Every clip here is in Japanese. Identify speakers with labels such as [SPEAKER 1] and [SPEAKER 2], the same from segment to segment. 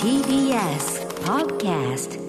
[SPEAKER 1] TBS Podcast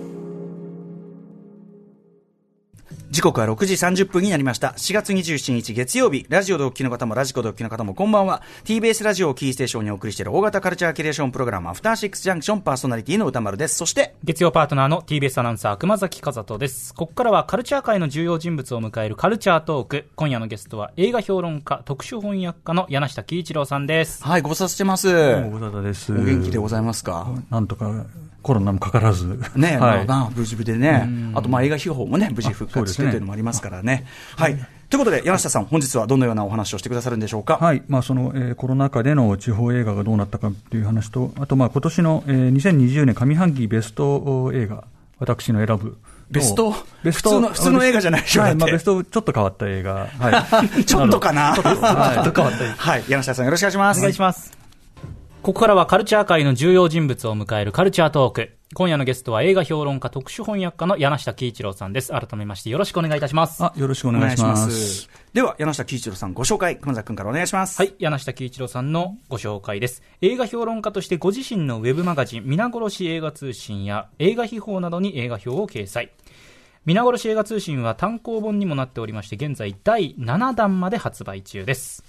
[SPEAKER 2] 時刻は6時30分になりました。4月27日月曜日、ラジオ同期の方もラジコ同期の方もこんばんは。TBS ラジオをキーステーションにお送りしている大型カルチャーキュレーションプログラム、アフターシックスジャンクションパーソナリティの歌丸です。そして、
[SPEAKER 3] 月曜パートナーの TBS アナウンサー熊崎和人ですここからはカルチャー界の重要人物を迎えるカルチャートーク今夜のゲストは映画評論家特殊翻訳家の柳下喜一郎さんです
[SPEAKER 2] はい、ご無沙汰してます。
[SPEAKER 4] もうご無沙汰です。
[SPEAKER 2] お元気でございますか
[SPEAKER 4] なんとかコロナもかからず。
[SPEAKER 2] ねえ、
[SPEAKER 4] はい。
[SPEAKER 2] まあ、無事でね。あと、まあ、映画秘宝もね、無事復活して
[SPEAKER 4] あそうですね
[SPEAKER 2] というのもありますからね。はい。ということで、柳下さん、本日はどのようなお話をしてくださるんでしょうか。
[SPEAKER 4] はいまあ、その、えーコロナ禍での地方映画がどうなったかという話と、あと、まあ、今年の、えー2020年上半期ベスト映画、私の選ぶ。
[SPEAKER 2] ベスト
[SPEAKER 4] ベスト
[SPEAKER 2] 普通の普通の映画じゃないでしょ
[SPEAKER 4] はい、ま
[SPEAKER 2] だっ
[SPEAKER 4] あ、
[SPEAKER 2] て
[SPEAKER 4] ベストちょっと変わった 映画。はい。
[SPEAKER 2] ちょっとかな。
[SPEAKER 4] はい
[SPEAKER 2] ちょっと変わった。はい、柳下さん、よろしくお願いします。
[SPEAKER 3] お願いしますここからはカルチャー界の重要人物を迎えるカルチャートーク今夜のゲストは映画評論家特殊翻訳家の柳下喜一郎さんです改めましてよろしくお願いいたします
[SPEAKER 4] あ、よろしくお
[SPEAKER 2] お
[SPEAKER 4] 願
[SPEAKER 2] 願
[SPEAKER 4] い
[SPEAKER 2] い
[SPEAKER 4] し
[SPEAKER 2] しま
[SPEAKER 4] ます。
[SPEAKER 2] す。では、柳下喜一郎さん、ご紹介、熊崎君からお願いします。
[SPEAKER 3] はい、柳下喜一郎さんのご紹介です。映画評論家としてご自身のウェブマガジン、皆殺し映画通信や映画秘宝などに映画表を掲載。皆殺し映画通信は単行本にもなっておりまして、現在第7弾まで発売中です。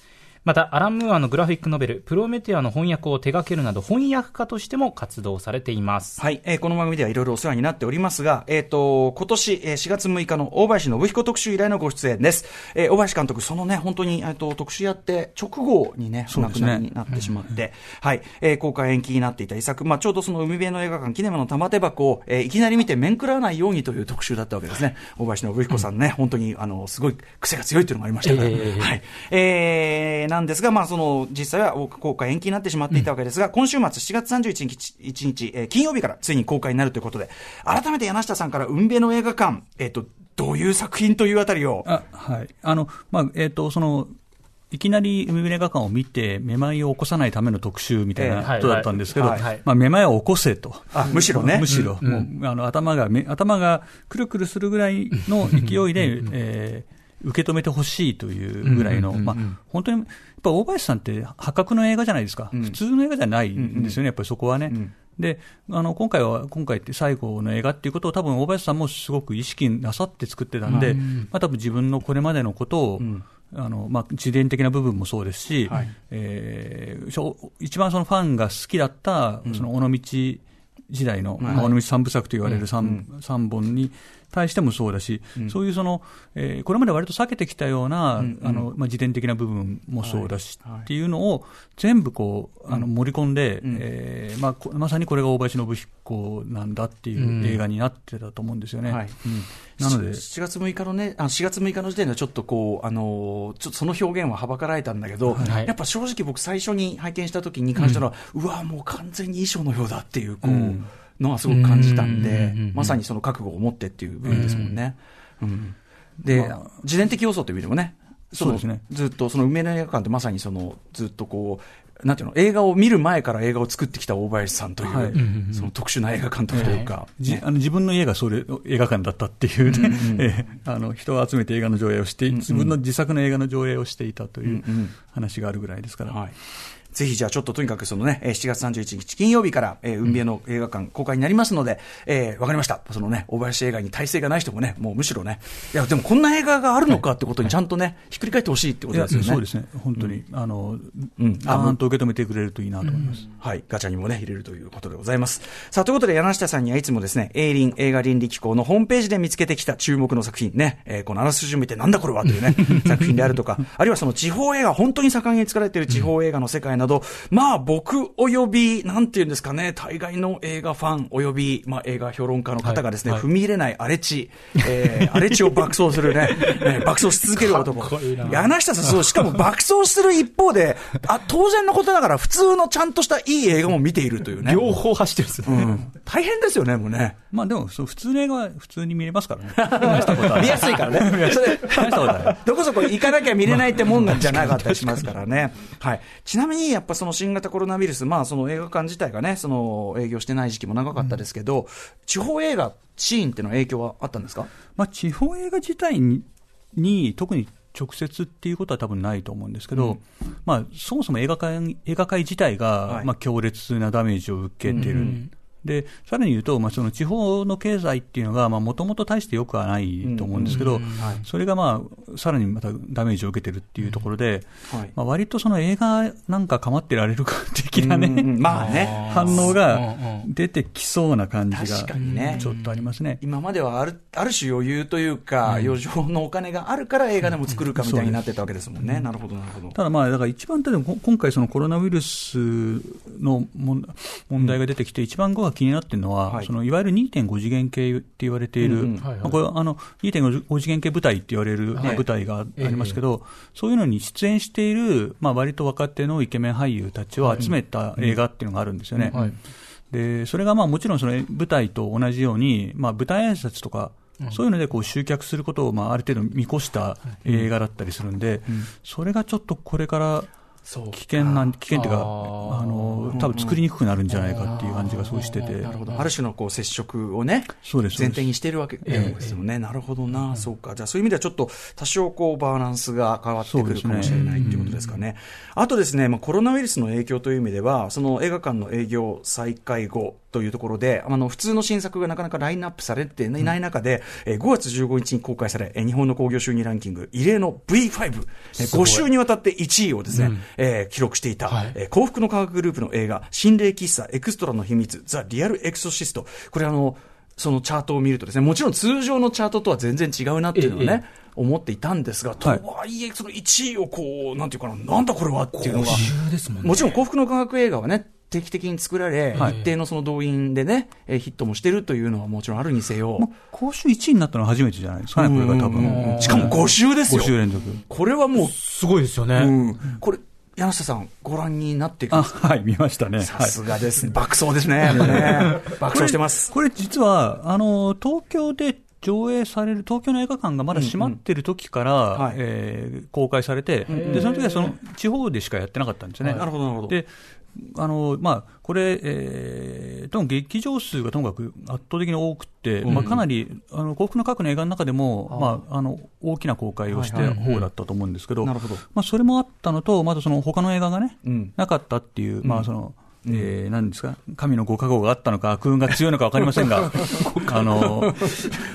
[SPEAKER 3] また、アラン・ムーアのグラフィックノベル、プロメテアの翻訳を手掛けるなど、翻訳家としても活動されています。
[SPEAKER 2] はい、えーこの番組ではいろいろお世話になっておりますが、えっ、と、今年、えー4月6日の大林信彦特集以来のご出演です。えー大林監督、そのね、本当に、えっ、と、特集やって直後にね、お
[SPEAKER 4] そう
[SPEAKER 2] 亡
[SPEAKER 4] で
[SPEAKER 2] く
[SPEAKER 4] すね
[SPEAKER 2] なりになってしまって、はい、えー公開延期になっていた遺作、まあ、ちょうどその海辺の映画館、キネマの玉手箱を、えーいきなり見て面食らわないようにという特集だったわけですね。大林信彦さんね、本当に、あの、すごい癖が強いというのもありましたから、
[SPEAKER 3] えー
[SPEAKER 2] はい。えー、なんですが、まあ、その、実際は公開延期になってしまっていたわけですが、今週末7月31日、1日、えー金曜日からついに公開になるということで、改めて柳下さんから、運べの映画館、えっ、と、どういう作品というあたりを、
[SPEAKER 4] あはい、あの、まあ、えっ、と、その、いきなり海辺映画館を見て、めまいを起こさないための特集みたい
[SPEAKER 2] ええ
[SPEAKER 4] なことだったんですけど、
[SPEAKER 2] はいはい
[SPEAKER 3] はい
[SPEAKER 4] まあ、めまいを起こせと。
[SPEAKER 2] あむしろね
[SPEAKER 4] むしろ、もうあの頭がめ、頭がくるくるするぐらいの勢いで、えー受け止めてほしいというぐらいの、まあ、本当に、やっぱ大林さんって破格の映画じゃないですか、普通の映画じゃないんですよね、やっぱりそこはね。であの今回は、今回って最後の映画っていうことを、多分大林さんもすごく意識なさって作ってたんで、まあ多分自分のこれまでのことを、あのまあ、自伝的な部分もそうですし、えーしょ一番そのファンが好きだった、その尾道時代の、まあ尾道三部作と言われる三三本に対してもそうだし、そういうその、えーこれまで割と避けてきたような、あのまあ、自伝的な部分もそうだし、っていうのを全部こうあの盛り込んで、えーまあこ、まさにこれが大林信彦なんだっていう映画になってたと思うんですよね。
[SPEAKER 2] はい
[SPEAKER 4] うんなので
[SPEAKER 2] し7月6日のね、あ4月6日の時点ではちょっとこう、あのーちょっとその表現ははばかられたんだけど、
[SPEAKER 3] はい
[SPEAKER 2] やっぱ正直僕最初に拝見した時に感じたのは、うわ、もう完全に衣装のようだっていう、こう、
[SPEAKER 4] うん
[SPEAKER 2] のはすごく感じたんで
[SPEAKER 3] うんうんうんう、ん
[SPEAKER 2] まさにその覚悟を持ってっていう部分ですもんね。うんで、
[SPEAKER 4] まあ
[SPEAKER 2] 自伝的要素という意味でもね、の
[SPEAKER 4] そうですね
[SPEAKER 2] ずっと、その梅の映画館ってまさにその、ずっとこう、なんていうの、映画を見る前から映画を作ってきた大林さんという、
[SPEAKER 4] はいうん
[SPEAKER 2] その特殊な映画監督というか、
[SPEAKER 4] じあの自分の家がそれ映画館だったっていうね、 えーあの人を集めて映画の上映をして、自分の自作の映画の上映をしていたという話があるぐらいですから、
[SPEAKER 2] はい、ぜひじゃあちょっととにかくそのね、えー7月31日金曜日から、えー、運命の映画館公開になりますので、えーわかりました。そのね、大林映画に耐性がない人もね、もうむしろね、いや、でもこんな映画があるのかってことにちゃんとね、ひっくり返ってほしいってこ
[SPEAKER 4] い
[SPEAKER 2] と
[SPEAKER 4] や
[SPEAKER 2] ですよね。
[SPEAKER 4] そうですね、本当に、あの、
[SPEAKER 2] うん
[SPEAKER 4] あーんと受け止めてくれるといいなと思います。
[SPEAKER 2] はい。ガチャにもね、入れるということでございます。さあ、ということで、柳下さんにはいつもですね、エイリン映画倫理機構のホームページで見つけてきた注目の作品ね、えーこのあらすじを見てなんだこれはという ね、作品であるとか、あるいはその地方映画、本当に盛んに作られている地方映画の世界など、まあ、僕および、なんていうんですかね、大概の映画ファンおよび、まあ、映画評論家の方がですね、
[SPEAKER 3] はい
[SPEAKER 2] 踏み入れない荒れ地、えー、荒れ地を爆走するね、ね爆走し続ける男。
[SPEAKER 3] かっこいいな
[SPEAKER 2] 柳下さん、そう、しかも爆走する一方で、あ、当然のことながら、普通のちゃんとしたいい映画も見ているというね。
[SPEAKER 3] 両方走ってるんです
[SPEAKER 2] う
[SPEAKER 3] ね。
[SPEAKER 2] ん。大変ですよね、もうね。
[SPEAKER 4] まあでも、そう普通の映画は普通に見れますから ね。
[SPEAKER 2] 見やすいからね。それ
[SPEAKER 4] 大したことない、
[SPEAKER 2] どこそこ行かなきゃ見れないってもんなんじゃなかったりしますからね。はい。ちなみに、やっぱその新型コロナウイルス、まあその映画館自体がね、その営業してない時期も長かったですけど、地方映画シーンっていうのは影響はあったんですか
[SPEAKER 4] まあ、地方映画自体にに特に直接っていうことは多分ないと思うんですけど、まあ、そもそも映画界映画界自体が、
[SPEAKER 2] はい
[SPEAKER 4] まあ、強烈なダメージを受けてる、でさらに言うと、まあ、その地方の経済っていうのが、もともと大してよくはないと思うんですけど、
[SPEAKER 2] はい
[SPEAKER 4] それが、まあ、さらにまたダメージを受けてるっていうところで、
[SPEAKER 2] はい
[SPEAKER 4] まあ、割とその映画なんか構ってられるか的な
[SPEAKER 2] うんうん
[SPEAKER 4] ね、
[SPEAKER 2] まあね、
[SPEAKER 4] 反応が
[SPEAKER 3] うんうん
[SPEAKER 4] 出てきそうな感じ
[SPEAKER 2] 確
[SPEAKER 4] が
[SPEAKER 2] かにね
[SPEAKER 4] ちょっとありますね。
[SPEAKER 2] 今まではあるある種余裕というか、余剰のお金があるから映画でも作るかみたいになってたわけですもんね、なるほど、なるほど。
[SPEAKER 4] ただまあ、だから一番、でもこ今回、そのコロナウイルスの問問題が出てきて、一番後が気になってるのは、
[SPEAKER 2] はい
[SPEAKER 4] い、そのいわゆる2.5次元系って言われている、
[SPEAKER 2] うんうん
[SPEAKER 3] はいはい
[SPEAKER 4] まあこれはあの2.5次元系舞台って言われる、
[SPEAKER 2] はい
[SPEAKER 4] 舞台がありますけど、そういうのに出演している、まあ割と若手のイケメン俳優たちを集めた映画っていうのがあるんですよね。
[SPEAKER 3] はい
[SPEAKER 4] でそれがまあもちろんその舞台と同じように、まあ、舞台挨拶とか、そういうのでこう集客することをまあある程度見越した映画だったりするんで、それがちょっとこれから
[SPEAKER 2] そう
[SPEAKER 4] 危険なん危険というか、あ
[SPEAKER 3] あー
[SPEAKER 4] の多分作りにくくなるんじゃないかっていう感じがすごいしてて、
[SPEAKER 2] なるほどある種のこう接触をね、
[SPEAKER 4] そうです
[SPEAKER 2] 前提にしているわけですよね、なるほどな、そうか、じゃあそういう意味ではちょっと多少こうバランスが変わってくるかもしれないということですかね。あとですね、まあ、コロナウイルスの影響という意味では、その映画館の営業再開後というところで、あの普通の新作がなかなかラインナップされていない中で、えー5月15日に公開され、えー日本の興行収入ランキング、異例の V5、えー、5週にわたって1位をですね、えー記録していた、
[SPEAKER 3] はい
[SPEAKER 2] えー幸福の科学グループの映画、心霊喫茶エクストラの秘密、ザ・リアル・エクソシスト、これあの、そのチャートを見るとですね、もちろん通常のチャートとは全然違うなっていうのをね、思っていたんですが、と
[SPEAKER 4] はい
[SPEAKER 2] はいえ、その1位をこう、なんていうかな、なんだこれはっていうのが、
[SPEAKER 3] ですもんね。
[SPEAKER 2] もちろん幸福の科学映画はね、定期的に作られ、
[SPEAKER 4] はい
[SPEAKER 2] 一定のその動員でね、えーヒットもしてるというのはもちろんあるにせよ、
[SPEAKER 4] まあ、公衆1位になったのは初めてじゃないですかね、これが多
[SPEAKER 2] うん
[SPEAKER 4] 分
[SPEAKER 2] しかも5週です
[SPEAKER 4] 5
[SPEAKER 2] よ。
[SPEAKER 4] 週連続。
[SPEAKER 2] これはも
[SPEAKER 3] すごいですよね。
[SPEAKER 2] う、うん、これ、柳下さん、ご覧になっていか
[SPEAKER 4] あはい、見ましたね。
[SPEAKER 2] さ
[SPEAKER 4] はい
[SPEAKER 2] すがですね、爆走ですね、やっぱね爆走してます。
[SPEAKER 4] これこれ実はあの東京で上映される東京の映画館がまだ閉まってる時から、
[SPEAKER 2] はい
[SPEAKER 4] えー公開されて、でその時はその地方でしかやってなかったんですよね。
[SPEAKER 2] なるほど、なるほど。
[SPEAKER 4] であのまあ、これ、えー、とも劇場数がともかく圧倒的に多くて、まあ、かなりあの幸福の核の映画の中でも、まあ、あの大きな公開をして
[SPEAKER 2] はい
[SPEAKER 4] る
[SPEAKER 2] はい
[SPEAKER 4] 方だったと思うんですけど、
[SPEAKER 2] なるほど
[SPEAKER 4] まあ、それもあったのと、またその他の映画がね、
[SPEAKER 2] うん
[SPEAKER 4] なかったっていう、まあそのえーなんですか、神のご加護があったのか、悪運が強いのか分かりません が、あの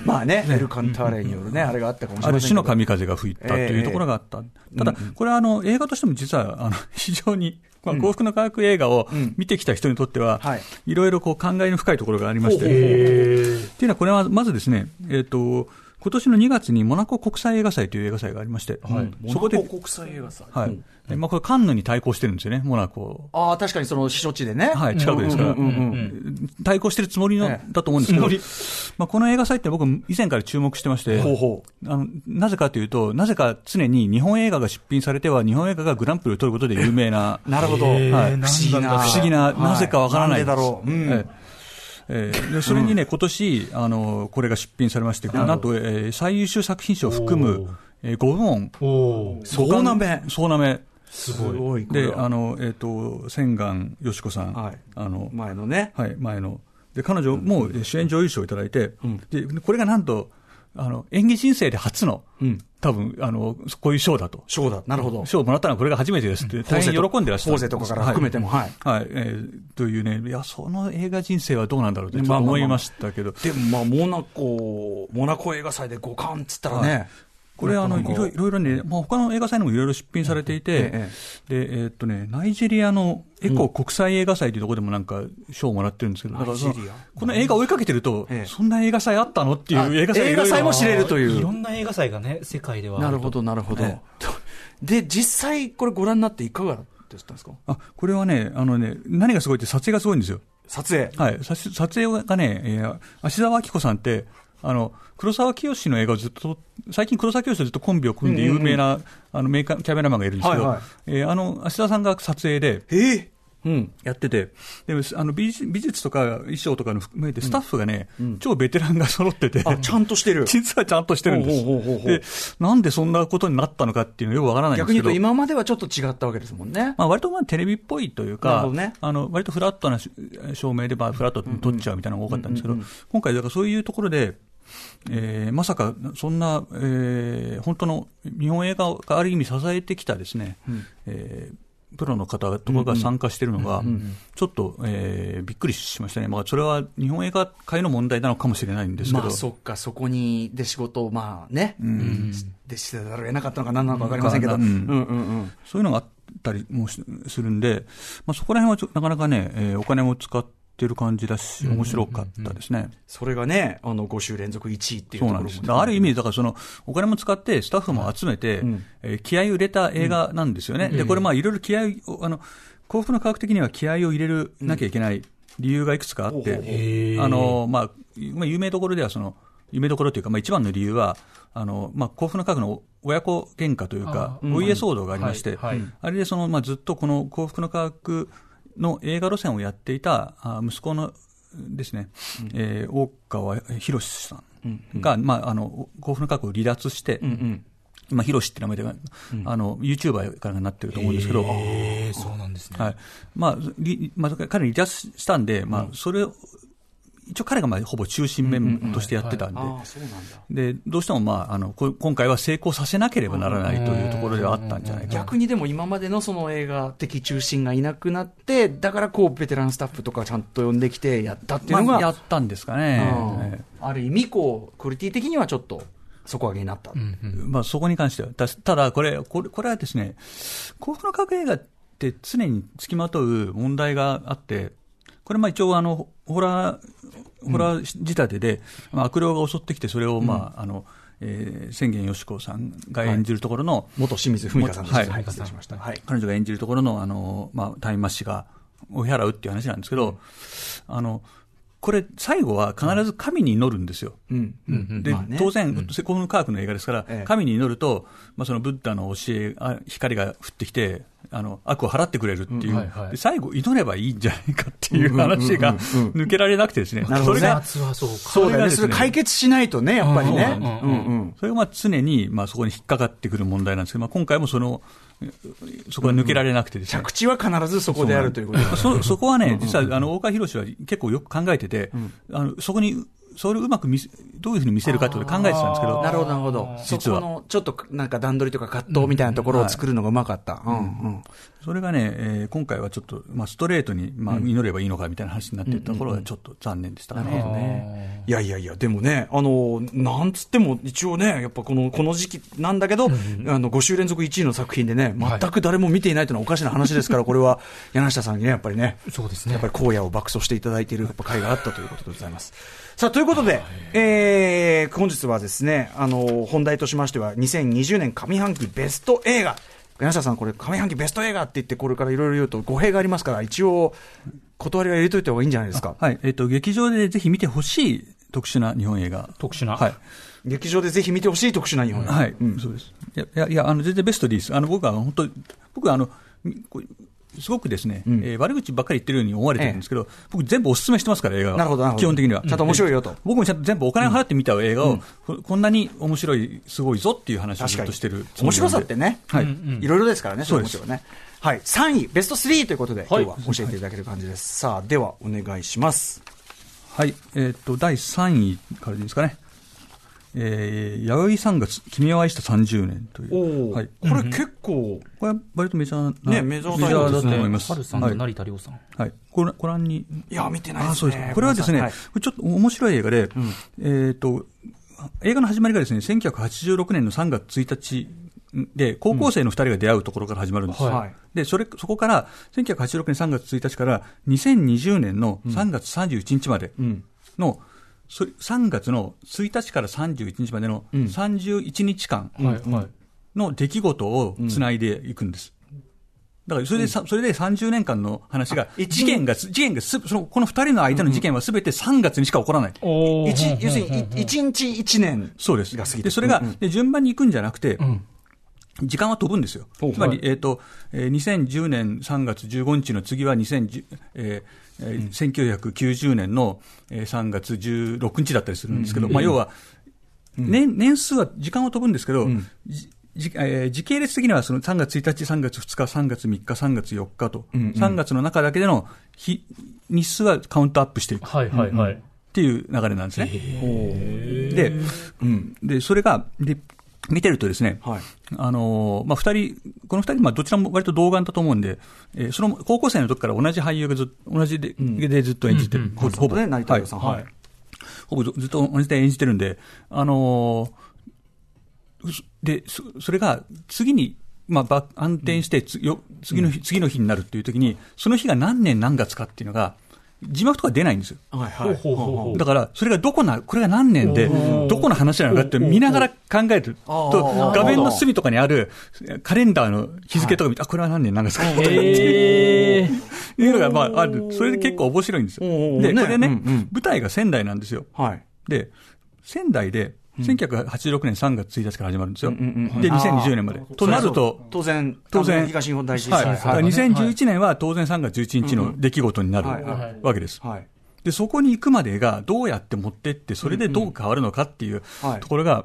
[SPEAKER 2] まあね、エルカンターレによるね、あれがあったかもし
[SPEAKER 4] あ
[SPEAKER 2] れま
[SPEAKER 4] る
[SPEAKER 2] せんけ
[SPEAKER 4] 種の
[SPEAKER 2] ど。
[SPEAKER 4] 神風が吹いたというところがあった、ただ、これはあの映画としても実はあの非常に、まあ、幸福の科学映画を見てきた人にとっては、
[SPEAKER 2] はい
[SPEAKER 4] いろいろこう感慨の深いところがありまして、っていうのは、これはまずですね、えっと今年の2月にモナコ国際映画祭という映画祭がありまして、そこで、
[SPEAKER 2] モナコ国際映画祭。
[SPEAKER 4] はいでまあ、これ、カンヌに対抗してるんですよね、モナコ。
[SPEAKER 2] ああ、確かにその、避暑地でね。
[SPEAKER 4] はい、近くですから、対抗してるつもりの、
[SPEAKER 2] ええ
[SPEAKER 4] だと思うんですけど、まあ、この映画祭って僕、以前から注目してまして、
[SPEAKER 2] ほうほ、
[SPEAKER 4] あのなぜかというと、なぜか常に日本映画が出品されては、日本映画がグランプリを取ることで有名な
[SPEAKER 2] なるほど。
[SPEAKER 4] ー
[SPEAKER 2] はい
[SPEAKER 4] な
[SPEAKER 2] 不
[SPEAKER 4] んだ
[SPEAKER 2] 思議な。
[SPEAKER 4] 不思議な
[SPEAKER 2] はい
[SPEAKER 4] なぜかわからない
[SPEAKER 2] んでだろう。う
[SPEAKER 4] え
[SPEAKER 2] ん。
[SPEAKER 4] えええでそれにね、今年あのこれが出品されまして、なんと、えー最優秀作品賞を含む、えー、5部門、
[SPEAKER 3] おお
[SPEAKER 2] 総なめ。
[SPEAKER 4] 総なめ、
[SPEAKER 3] す
[SPEAKER 2] す
[SPEAKER 3] ごい。
[SPEAKER 2] ごい。これ
[SPEAKER 4] で、
[SPEAKER 2] は
[SPEAKER 4] あの、えっ、と、千願よしこさん、
[SPEAKER 2] はい
[SPEAKER 4] あの、
[SPEAKER 2] 前のね。
[SPEAKER 4] はい、前の。で、彼女もえ主演女優賞をいただいて、で、これがなんと、あの、演技人生で初の、多分、あの、こういう賞だと。
[SPEAKER 2] 賞だ。なるほど。
[SPEAKER 4] 賞をもらったのはこれが初めてですって、大変喜んでらっしゃる。
[SPEAKER 2] 法税とかから含めても、はい。
[SPEAKER 4] はい。はい、えーというね、いや、その映画人生はどうなんだろうってちょっ
[SPEAKER 2] ま
[SPEAKER 4] と
[SPEAKER 2] あまあまあ
[SPEAKER 4] 思いましたけど、
[SPEAKER 2] でもまあ、モナコ、モナコ映画祭で五冠っつったらね。
[SPEAKER 4] これ、あの、
[SPEAKER 2] ないんか
[SPEAKER 4] ろいろいろね、まあ、他の映画祭にもいろいろ出品されていて、
[SPEAKER 2] え
[SPEAKER 4] で、えーっとね、ナイジェリアのエコ国際映画祭というところでもなんか賞をもらってるんですけど、だからその
[SPEAKER 2] ナイジェリア
[SPEAKER 4] この映画を追いかけてると、
[SPEAKER 2] ええ
[SPEAKER 4] そんな映画祭あったのってい
[SPEAKER 2] あ
[SPEAKER 4] う映画祭がいろいろ
[SPEAKER 2] 映画祭も知れるという
[SPEAKER 3] いろんな映画祭がね、世界ではある
[SPEAKER 2] な
[SPEAKER 3] と。
[SPEAKER 2] るほど、なるほど
[SPEAKER 4] え。
[SPEAKER 2] で、実際、これご覧になっていかがでしたんですか
[SPEAKER 4] あこれはね、あのね、何がすごいって、撮影がすごいんですよ。
[SPEAKER 2] 撮影。
[SPEAKER 4] はい、さし撮影がね、えー芦沢明子さんって、あの黒沢清の映画をずっと、最近、黒沢清とずっとコンビを組んで有名な、あのメーカーキャメラマンがいるんですけど、
[SPEAKER 2] はいはい
[SPEAKER 4] えーあの芦沢さんが撮影で、
[SPEAKER 2] ええうん。
[SPEAKER 4] やってて、でもあの美術美術とか衣装とかの含めて、スタッフがね、超ベテランが揃ってて、
[SPEAKER 2] あ、ちゃんとしてる。
[SPEAKER 4] 実はちゃんとしてるん
[SPEAKER 2] ほうほうほうほう
[SPEAKER 4] です。で、なんでそんなことになったのかっていうのはよくわからないんで
[SPEAKER 2] 逆
[SPEAKER 4] す
[SPEAKER 2] に
[SPEAKER 4] け
[SPEAKER 2] 言うと、
[SPEAKER 4] ど。
[SPEAKER 2] 今まではちょっと違ったわけですもんね。
[SPEAKER 4] まあ割とまあテレビっぽいという
[SPEAKER 2] なる
[SPEAKER 4] か
[SPEAKER 2] ほ、どね
[SPEAKER 4] あの割とフラットなし照明でまあフラットに撮っちゃうみたいなのが多かったんですけど、今回、だからそういうところで、えーまさか、そんな、えー本当の日本映画がある意味支えてきたですね、えープロの方とかが参加してるのが、ちょっと、えーびっくりしましたね、まあ、それは日本映画界の問題なのかもしれないんですけど、
[SPEAKER 2] まあ、そっか、そこに、で仕事を、まあね、しでしてたら得なかったのか、何なのか分かりませんけど、う
[SPEAKER 4] うんん
[SPEAKER 2] うんうん。
[SPEAKER 4] そういうのがあったりもしするんで、まあ、そこら辺はちょなかなかね、えーお金も使ってる感じだし、面白かったですね。
[SPEAKER 2] それがね、あの、5週連続1位っていうと
[SPEAKER 4] そう
[SPEAKER 2] こ
[SPEAKER 4] な
[SPEAKER 2] ろ
[SPEAKER 4] ん
[SPEAKER 2] もね、
[SPEAKER 4] ですだからある意味、だからそのお金も使って、スタッフも集めて、
[SPEAKER 2] ん
[SPEAKER 4] えー気合を入れた映画なんですよね、でこれ、まあいろいろ気合をあの、幸福の科学的には気合を入れるなきゃいけない理由がいくつかあって、あのまあ、まあ有名どころではその、有名どころというか、まあ、一番の理由は、あのまあ、幸福の科学の親子喧嘩というか、お家騒動がありまして、
[SPEAKER 3] はいはい
[SPEAKER 4] あれでその、まあ、ずっとこの幸福の科学の映画路線をやっていたあ息子のですね、えー大川博さんが、まあ、あの幸福の科学を離脱して、今、ヒロシって名前で、あの、YouTuber からなってると思うんですけど、
[SPEAKER 3] えー、そうなんですね。
[SPEAKER 4] はい。まあ、りまあ、彼離脱したんで、まあ、それを、一応彼がまあほぼ中心メンバーとしてやってたんで、
[SPEAKER 2] ああ、そうなんだ。
[SPEAKER 4] で、どうしてもまあ、あの、こ今回は成功させなければならないというところではあったんじゃないかな。
[SPEAKER 2] 逆にでも今までのその映画的中心がいなくなって、だからこう、ベテランスタッフとかちゃんと呼んできてやったっていうの
[SPEAKER 4] ま
[SPEAKER 2] が、
[SPEAKER 4] あ、やったんですかね。え
[SPEAKER 2] う
[SPEAKER 4] え
[SPEAKER 2] んある意味、こう、クオリティ的にはちょっと底上げになった。
[SPEAKER 4] まあ、そこに関しては、たただこれこれ、これはですね、幸福の科学映画って常につきまとう問題があって、これ、まあ一応あの、ホラー、ホラー仕立てで、まあ、悪霊が襲ってきて、それを、まああのえー千言よしこさんが演じるところの、
[SPEAKER 2] 元清水文香さんです。
[SPEAKER 4] はい
[SPEAKER 2] はい、失礼しました。はい。
[SPEAKER 4] 彼女が演じるところの、あの、まあ、タイムマッシュが追い払うっていう話なんですけど、あの、これ、最後は必ず神に祈るんですよ。
[SPEAKER 2] うん。
[SPEAKER 4] で、
[SPEAKER 2] まあね
[SPEAKER 4] 当然、セコム科学の映画ですから、
[SPEAKER 2] ええ
[SPEAKER 4] 神に祈ると、まあ、そのブッダの教えあ、光が降ってきて、あの悪を払ってくれるっていう、
[SPEAKER 3] うんはいはい
[SPEAKER 4] で最後、祈ればいいんじゃないかっていう話が抜けられなくてですね、
[SPEAKER 2] なるほど
[SPEAKER 4] それ
[SPEAKER 2] ね
[SPEAKER 4] が、
[SPEAKER 3] 夏はそうか。
[SPEAKER 2] そうだよね。
[SPEAKER 4] そ
[SPEAKER 2] そ
[SPEAKER 4] れが
[SPEAKER 2] れ
[SPEAKER 4] ですね
[SPEAKER 2] 解決しないとね、やっぱりね。
[SPEAKER 3] うん
[SPEAKER 2] うんうん。
[SPEAKER 4] それがまあ常に、まあ、そこに引っかかってくる問題なんですけど、まあ、今回もその、そこは抜けられなくてですね、
[SPEAKER 2] 着地は必ずそこであるということです。
[SPEAKER 4] そそこはね、実はあの大川博は結構よく考えてて、あのそこに、それをうまく見せどういうふうに見せるかってことを考えてたんですけど、
[SPEAKER 2] なるほど、なるほど。そ
[SPEAKER 4] 実
[SPEAKER 2] こ
[SPEAKER 4] は
[SPEAKER 2] の、ちょっとなんか段取りとか葛藤みたいなところを作るのがうまかった。うんうん。
[SPEAKER 4] それがね、えー今回はちょっと、まあ、ストレートに、まあ、祈ればいいのかみたいな話になっていたところがちょっと残念でしたね。
[SPEAKER 2] ね。いやいやいや、でもね、あの、なんつっても、一応ね、やっぱこの、この時期なんだけど、あの、5週連続1位の作品でね、全く誰も見ていないというのはおかしな話です から、これは、柳下さんにね、やっぱりね、
[SPEAKER 3] そうですね
[SPEAKER 2] やっぱり荒野を爆走していただいているやっぱ会があったということでございます。さあ、ということで、えー本日はですね、あの、本題としましては、2020年上半期ベスト映画。柳下さん、これ、上半期ベスト映画って言って、これからいろいろ言うと語弊がありますから、一応、断りは入れといた方がいいんじゃないですか。
[SPEAKER 4] はい、えっ、と、劇場でぜひ見てほしい特殊な日本映画。
[SPEAKER 3] 特殊な。
[SPEAKER 4] はい。
[SPEAKER 2] 劇場でぜひ見てほしい特殊な日本映画
[SPEAKER 4] はい、そうです。いやいや、いや、あの、全然ベストでいいです。あの、僕は本当に、僕はあの、みこうすごくですね、えー悪口ばっかり言ってるように思われてるんですけど、僕全部お勧めしてますから、映画は。
[SPEAKER 2] なるほどなるほど
[SPEAKER 4] 基本的には。
[SPEAKER 2] ちゃんと面白いよと
[SPEAKER 4] で僕もちゃんと全部お金を払って見た映画を、ここんなに面白い、すごいぞっていう話を
[SPEAKER 2] 確
[SPEAKER 4] ず
[SPEAKER 2] か
[SPEAKER 4] っと
[SPEAKER 2] に
[SPEAKER 4] してるつも
[SPEAKER 2] 面
[SPEAKER 4] りなんで。
[SPEAKER 2] 白さってね、
[SPEAKER 4] はい
[SPEAKER 2] いろいろですからね、それはもちろんね。はい、3位、ベスト3ということで、今
[SPEAKER 3] い
[SPEAKER 2] 日は教えていただける感じです。さあ、では、お願いします。
[SPEAKER 4] はい、えーっと、第3位からでいいですかね。えー、弥生さんが君を愛した30年という。はい。
[SPEAKER 2] これ結構、
[SPEAKER 4] これは割とメジャーな。
[SPEAKER 2] ねメジャータイトル
[SPEAKER 4] だと思います。
[SPEAKER 3] 春さん
[SPEAKER 4] は
[SPEAKER 3] と
[SPEAKER 4] い
[SPEAKER 3] 成田凌さん。
[SPEAKER 4] はい、ご覧ご覧に。
[SPEAKER 2] いや見てないですね
[SPEAKER 4] あそうですかこれはですね、
[SPEAKER 2] ごめんな
[SPEAKER 4] こ
[SPEAKER 2] さい
[SPEAKER 4] れちょっと面白い映画で、えっと、映画の始まりがですね、1986年の3月1日で、高校生の2人が出会うところから始まるんです。
[SPEAKER 2] はい
[SPEAKER 4] で、それ、そこから、1986年3月1日から、2020年の3月31日までの、それ3月の1日から31日までの31日間、
[SPEAKER 3] はい。
[SPEAKER 4] の出来事をつないでいくんです。だからそれでさ、それで30年間の話が、事件が、事件がす、その、この二人の間の事件はすべて3月にしか起こらない。
[SPEAKER 3] お
[SPEAKER 2] 一要するに、い一日一年。
[SPEAKER 4] そうです。
[SPEAKER 2] が過ぎて
[SPEAKER 4] で、それが、で順番に行くんじゃなくて、時間は飛ぶんですよ。
[SPEAKER 3] お
[SPEAKER 4] つま
[SPEAKER 3] はい
[SPEAKER 4] り、えっ、と、えー2010年3月15日の次は2010、えーえー1990年の、えー3月16日だったりするんですけど、まあ、要は、年年数は、時間は飛ぶんですけど、じじえー時系列的にはその3月1日、3月2日、3月3日、3月4日と、3月の中だけでの日日数はカウントアップしていくっ
[SPEAKER 3] はいはいはい。
[SPEAKER 4] ていう流れなんですね。
[SPEAKER 2] おで、うん。
[SPEAKER 4] で、それが、で、見てるとですね、
[SPEAKER 2] はい。
[SPEAKER 4] あのーまあ、二人、この二人、まあ、どちらも割と童顔だと思うんで、えーその高校生の時から同じ俳優がずっ同じで,、でずっと演じてる、ほほぼ、
[SPEAKER 2] ね成田凌さん
[SPEAKER 4] はい
[SPEAKER 2] はい
[SPEAKER 4] ほぼずずっと同じで演じてるんで、あのーそでそそれが次に、まあ、ば暗転してつよ次の日、次の日になるっていう時に、その日が何年何月かっていうのが、字幕とか出ないんですよ。
[SPEAKER 2] はいはい。
[SPEAKER 3] ほうほうほうほう
[SPEAKER 4] だから、それがどこな、これが何年で、どこの話なのかって見ながら考える
[SPEAKER 2] あー、
[SPEAKER 4] と画面の隅とかにあるカレンダーの日付とか見て、あ、これは何年なんですかとかって
[SPEAKER 3] えー
[SPEAKER 4] いうのが、まあ、ある。それで結構面白いんですよ。
[SPEAKER 2] おー
[SPEAKER 4] で、
[SPEAKER 2] ね
[SPEAKER 4] これね、
[SPEAKER 2] うんうん
[SPEAKER 4] 舞台が仙台なんですよ。
[SPEAKER 2] はい。
[SPEAKER 4] で、仙台で、1986年3月1日から始まるんですよ。
[SPEAKER 2] んうんうん
[SPEAKER 4] で、2020年まで。となると、
[SPEAKER 2] 当然、
[SPEAKER 4] 当然
[SPEAKER 2] あの東日本大震
[SPEAKER 4] はい、
[SPEAKER 2] 災。
[SPEAKER 4] だから2011年は当然3月11日の出来事になる
[SPEAKER 2] はいはい
[SPEAKER 4] わけです。
[SPEAKER 2] はい。
[SPEAKER 4] で、そこに行くまでがどうやって持ってって、それでどう変わるのかっていう
[SPEAKER 2] はい
[SPEAKER 4] ところが、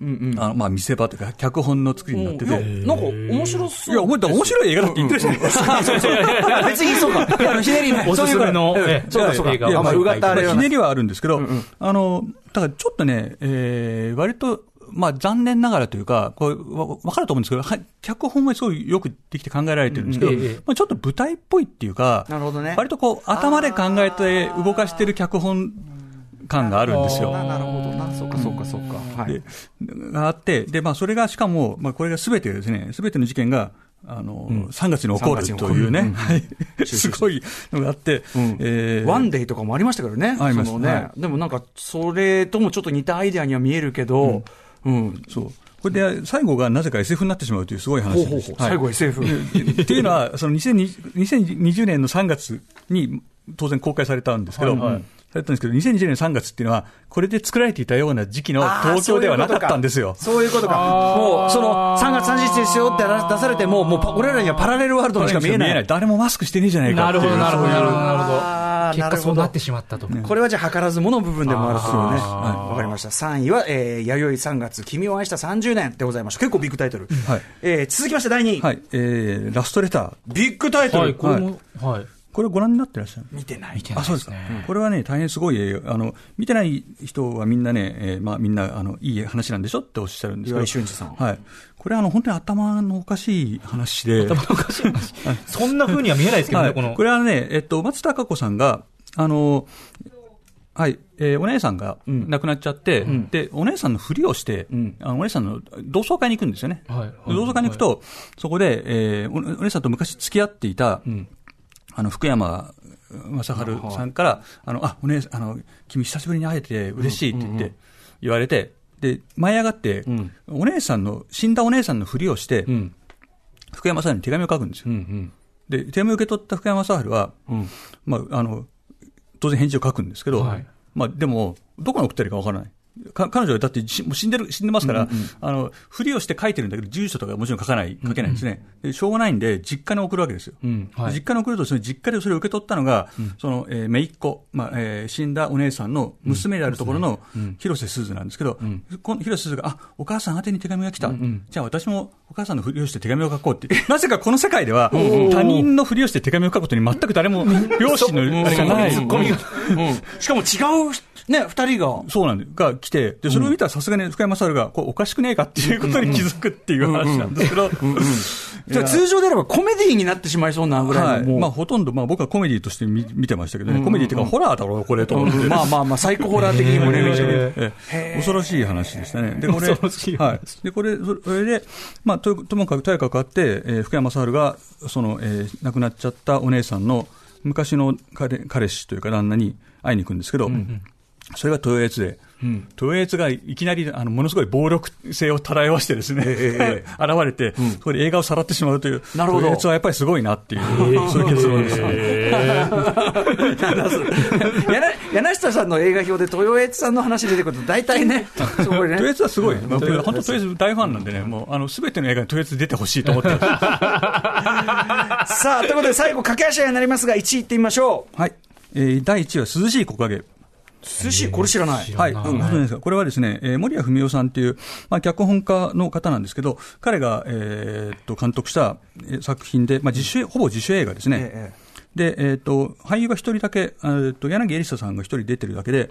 [SPEAKER 2] うんうん。
[SPEAKER 4] あのまあ見せ場というか、脚本の作りになってて。
[SPEAKER 2] いやなんか面白そう。
[SPEAKER 4] いや、お前だから面白い映画だって言ってるじゃない ですか。
[SPEAKER 2] 別にそうか。いやひねり
[SPEAKER 3] おすすめのええ
[SPEAKER 2] そうかそうか
[SPEAKER 3] 映画
[SPEAKER 2] いやまあうがったあれ
[SPEAKER 4] ま
[SPEAKER 2] は
[SPEAKER 4] あひねりはあるんですけど、あの、だからちょっとね、えー、割と、まあ残念ながらというか、これわわかると思うんですけど、は脚本はすごいよくできて考えられてるんですけど、
[SPEAKER 3] うんええ
[SPEAKER 4] まあちょっと舞台っぽいっていうか、
[SPEAKER 2] なるほどね
[SPEAKER 4] 割とこう頭で考えて動かしてる脚本感があるんですよ。
[SPEAKER 2] ななるほどな。そうかそうかそうか。はい
[SPEAKER 4] で。があって、で、まあ、それがしかも、まあ、これがすべてですね、すべての事件が、あの、3月に起こるという
[SPEAKER 2] 3月に
[SPEAKER 4] ね、
[SPEAKER 2] 起こるうん
[SPEAKER 4] はい。すごいのがあって、
[SPEAKER 2] うん
[SPEAKER 4] えー
[SPEAKER 2] ワンデーとかもありましたからね、
[SPEAKER 4] ありました
[SPEAKER 2] そのね
[SPEAKER 4] は
[SPEAKER 2] でもなんか、それともちょっと似たアイデアには見えるけど、うん、
[SPEAKER 4] そう。これで、最後がなぜか SF になってしまうというすごい話
[SPEAKER 2] ほう
[SPEAKER 4] なん
[SPEAKER 2] ほう
[SPEAKER 4] で
[SPEAKER 2] ほ
[SPEAKER 4] す
[SPEAKER 2] う、。最後 SF、
[SPEAKER 4] はいっていうのは、その2020 2020年の3月に当然公開されたんですけど、
[SPEAKER 3] はいはい
[SPEAKER 4] されたんですけど、2020年3月っていうのは、これで作られていたような時期の東京ではなかったんですよ。
[SPEAKER 2] そういうことか、もうその3月30日ですよって出されても、もうパ俺らにはパラレルワールドにしか見えない。
[SPEAKER 4] 誰もマスクしてねえじゃないか
[SPEAKER 3] な
[SPEAKER 4] って
[SPEAKER 3] る
[SPEAKER 4] いう。
[SPEAKER 3] ほど、なるほど、なるほど、なるほ
[SPEAKER 2] あ
[SPEAKER 3] ど。
[SPEAKER 2] ーなる
[SPEAKER 3] 結果
[SPEAKER 2] ほど
[SPEAKER 3] そうなってしまったと。
[SPEAKER 2] これはじゃあ計らずもの部分でもあるというね。
[SPEAKER 3] あ
[SPEAKER 2] はいわ、かりました。3位は、えー、弥生3月、君を愛した30年でございました。結構ビッグタイトル。
[SPEAKER 4] はい
[SPEAKER 2] えー続きまして第2位、
[SPEAKER 4] はい、えー、ラストレター。
[SPEAKER 2] ビッグタイトル。
[SPEAKER 3] はい、これも、はい。
[SPEAKER 4] これご覧になってらっしゃる
[SPEAKER 2] 見てない。
[SPEAKER 4] あ、そうですか。これはね、大変すごい映画、あの、見てない人はみんなね、えーまあみんな、あの、いい話なんでしょっておっしゃるんですけ
[SPEAKER 2] 岩
[SPEAKER 4] ど。
[SPEAKER 2] 井俊二さん
[SPEAKER 4] はい。これあの、本当に頭のおかしい話で。
[SPEAKER 3] そんな風には見えないですけど
[SPEAKER 4] は
[SPEAKER 3] ね、
[SPEAKER 4] い、
[SPEAKER 3] この
[SPEAKER 4] こ。れはね、えっと、松たか子さんが、あの、はい、えーお姉さんが亡くなっちゃって、で、お姉さんのふりをして、あのお姉さんの同窓会に行くんですよね。
[SPEAKER 3] はいはい
[SPEAKER 4] 同窓会に行くと、そこで、えーおお姉さんと昔付き合っていた、あの、福山雅治さんから、あの、あ、お姉さん、あの、君久しぶりに会えて嬉しいって言って、言われて、で、舞い上がって、お姉さんの、死んだお姉さんのふりをして、福山さんに手紙を書くんですよ。で、手紙を受け取った福山雅治は、まあ、あの、当然返事を書くんですけど、
[SPEAKER 3] はい
[SPEAKER 4] まあ、でも、どこに送ってるかわからない。か彼女はだってしもう死んでる、死んでますから、あの、ふりをして書いてるんだけど、住所とかもちろん書かない、書けないんですね。でしょうがないんで、実家に送るわけですよ。
[SPEAKER 3] はい
[SPEAKER 4] 実家に送ると、その実家でそれを受け取ったのが、その、えー、姪っ子、まあ、えー死んだお姉さんの娘であるところの、広瀬すずなんですけど、この広瀬すずが、あ、お母さん宛てに手紙が来た。じゃあ私もお母さんのふりをして手紙を書こうって。なぜかこの世界では、他人のふりをして手紙を書くことに全く誰も、両親のあれがない。
[SPEAKER 3] ツッコミが
[SPEAKER 2] しかも違う、ね、二人が。
[SPEAKER 4] そうなんです。が来て、で、それを見たらさすがに福山雅治が、これおかしくねえかっていうことに気づくっていう話なんですけど、
[SPEAKER 2] じゃあ通常であればコメディになってしまいそうなぐ
[SPEAKER 4] は
[SPEAKER 2] らい
[SPEAKER 4] い。
[SPEAKER 2] のもう、
[SPEAKER 4] まあ、ほとんど、まあ、僕はコメディとして見見てましたけどね、コメディっていうか、ホラーだろう、これと思って。
[SPEAKER 2] まあまあまあ、サイコホラー的に もレベル低い
[SPEAKER 3] へー
[SPEAKER 4] ええ恐ろしい話でしたね。で、これ、
[SPEAKER 3] 恐ろしい話
[SPEAKER 4] はい。で、これ、そそれで、まあ、とともかく、とやかくあって、えー福山雅治が、その、えー亡くなっちゃったお姉さんの、昔の彼彼氏というか旦那に会いに行くんですけど、それが豊悦で、豊悦がいきなりあのものすごい暴力性を漂わしてですね、 現れて、そこで映画をさらってしまうという、
[SPEAKER 2] なるほど
[SPEAKER 4] 豊悦はやっぱりすごいなっていう、そういう結論です。
[SPEAKER 2] 柳柳下さんの映画表で豊悦さんの話出てくると大体ね、そこで
[SPEAKER 4] とりあえ
[SPEAKER 2] ね。
[SPEAKER 4] ずはすごい、まあ、本当、とりあえず大ファンなんでね、もうあの全ての映画にとりあえず出てほしいと思ってます。
[SPEAKER 2] さあ、ということで最後、駆け足になりますが、1位いってみましょう。
[SPEAKER 4] はい、えー第1位は涼しい木陰。
[SPEAKER 2] 寿司、これ知らない。
[SPEAKER 4] はい、うんご存知ですかこれはですね、えー、森谷文夫さんっていう、まあ、脚本家の方なんですけど、彼が、えーっと監督したえー作品で、まあ、自主、ほぼ自主映画ですね。
[SPEAKER 2] ええ
[SPEAKER 4] で、えっと俳優が一人だけ、えっと柳エリサさんが一人出てるだけで、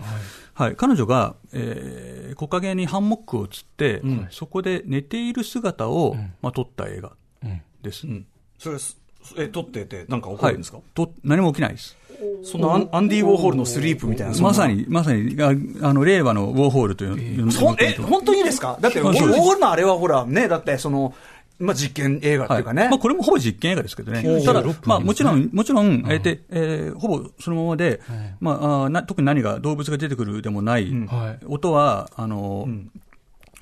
[SPEAKER 4] はい彼女が、えー、木陰にハンモックをつって、そこで寝ている姿を、まあ、撮った映画です。
[SPEAKER 2] それすえ撮っててなんか起こ
[SPEAKER 4] は
[SPEAKER 2] るん
[SPEAKER 4] い
[SPEAKER 2] ですか、、
[SPEAKER 4] と何も起きないです。
[SPEAKER 2] そのアンアンディ・ウォーホールのスリープみたいなそんな
[SPEAKER 4] まさに、まさに、ああの、令和のウォーホールという。
[SPEAKER 2] そえ
[SPEAKER 4] と
[SPEAKER 2] 本当にですかだってウォ
[SPEAKER 4] そう
[SPEAKER 2] ー
[SPEAKER 4] です
[SPEAKER 2] ウォーホールのあれはほらねだってその、まあ、実験映画っていうかね、
[SPEAKER 4] まあ、これもほぼ実験映画ですけどね、ただ、まあ、もちろん、もちろん、えーでえーほぼそのままで、まあ、あーな特に何が、動物が出てくるでもない、
[SPEAKER 3] はい
[SPEAKER 4] 音はあの、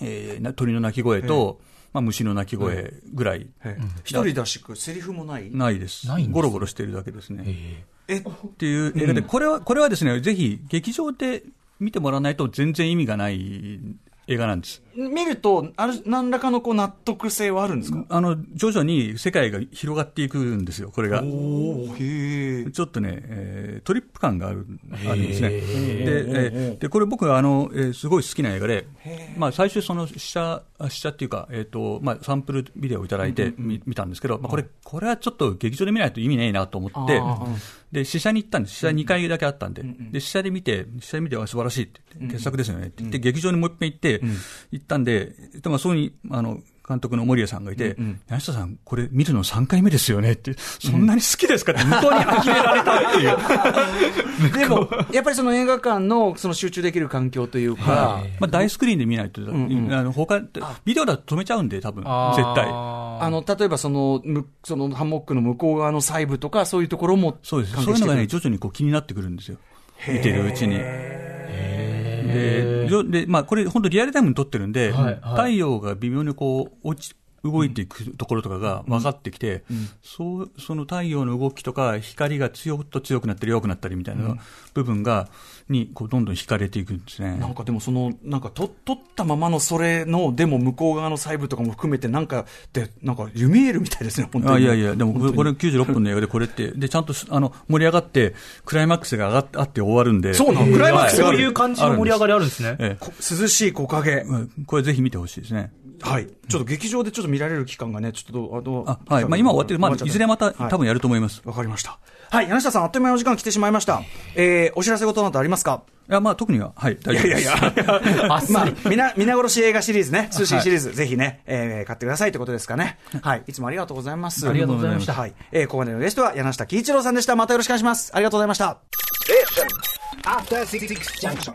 [SPEAKER 4] えーな鳥の鳴き声と、まあ、虫の鳴き声ぐらい、
[SPEAKER 2] ええ一人だしくセリフもない
[SPEAKER 4] ないです
[SPEAKER 3] ないんです
[SPEAKER 4] ゴロゴロしてるだけですね。
[SPEAKER 2] え
[SPEAKER 4] っていう映画で、これは、これはですね、ぜひ劇場で見てもらわないと全然意味がない映画なんです。
[SPEAKER 2] 見るとある何らかのこう納得性はあるんですか
[SPEAKER 4] あの、徐々に世界が広がっていくんですよ、これが。
[SPEAKER 2] おへえ
[SPEAKER 4] ちょっとね、えートリップ感があるあるんですね。で、えーでこれ僕はあの、えーすごい好きな映画で、まあ、最初その試写、あ試写っていうか、えーとまあ、サンプルビデオをいただいて見,、たんですけど、まあ、これ、これはちょっと劇場で見ないと意味ないなと思って
[SPEAKER 2] あーうん、
[SPEAKER 4] で、試写に行ったんです。試写2回だけあったんで、で、試写で見て、試写で見て、あ素晴らしいって言って傑作ですよねって言って、劇場にもう一遍行って、行ったんで、でまあ、そこに、あの、監督の森谷さんがいて、柳下さん、これ見るの3回目ですよねって、そんなに好きですかって、向こうに呆れられた っていう。
[SPEAKER 2] でもやっぱりその映画館のその集中できる環境というか、
[SPEAKER 4] まあ、大スクリーンで見ないと、
[SPEAKER 2] んうん
[SPEAKER 4] あの他ってビデオだと止めちゃうんで、多分
[SPEAKER 3] あー
[SPEAKER 4] 絶対。
[SPEAKER 2] あの例えばそのむそのハンモックの向こう側の細部とかそういうところも
[SPEAKER 4] そうです。
[SPEAKER 2] 関
[SPEAKER 4] そう
[SPEAKER 2] 係
[SPEAKER 4] い
[SPEAKER 2] して
[SPEAKER 4] うの
[SPEAKER 2] く
[SPEAKER 4] が
[SPEAKER 2] る
[SPEAKER 4] ね、徐々にこう気になってくるんですよ。見てるうちに。で、ででまあ、これ、本当リアルタイムに撮ってるんで、
[SPEAKER 3] はいはい
[SPEAKER 4] 太陽が微妙にこう、落ち、動いていくところとかが分かってきて、そう、その太陽の動きとか、光が強っと強くなったり弱くなったりみたいな部分が、に、こう、どんどん惹かれていくんですね。
[SPEAKER 2] なんかでもそのなんかと取ったままのそれのでも向こう側の細部とかも含めてなんかでなんかユミエールみたいですね本当に
[SPEAKER 4] あいやいや、でもこれこれ96分の映画でこれって、で、ちゃんとすあの盛り上がって、クライマックスが上がってあって終わるんで。
[SPEAKER 2] そうなの
[SPEAKER 4] えー
[SPEAKER 2] クライマックスがあ
[SPEAKER 3] そう
[SPEAKER 2] る
[SPEAKER 3] いう感じの盛り上がりあるんですね。
[SPEAKER 4] え
[SPEAKER 2] こ涼しい木陰、
[SPEAKER 4] えうんこれぜひ見てほしいですね。
[SPEAKER 2] はいちょっと劇場でちょっと見られる期間がねちょっとどうあどう
[SPEAKER 4] あ、はい。まあ今終わってる。まあいずれまた
[SPEAKER 2] はい
[SPEAKER 4] 多分やると思います。
[SPEAKER 2] わかりましたはい柳下さんあっという間にお時間来てしまいましたえー、お知らせ事などありますか
[SPEAKER 4] いや、まあ特には、はい、大丈夫です。
[SPEAKER 2] あ まあ、みな、皆殺し映画シリーズね、通信シリーズ、ぜひね、えー買ってくださいってことですかね。はい。いつもありがとうございます。
[SPEAKER 3] ありがとうございました
[SPEAKER 2] はい。えーここまでのゲストは柳下喜一郎さんでした。またよろしくお願いします。ありがとうございました。
[SPEAKER 5] After Six Junction.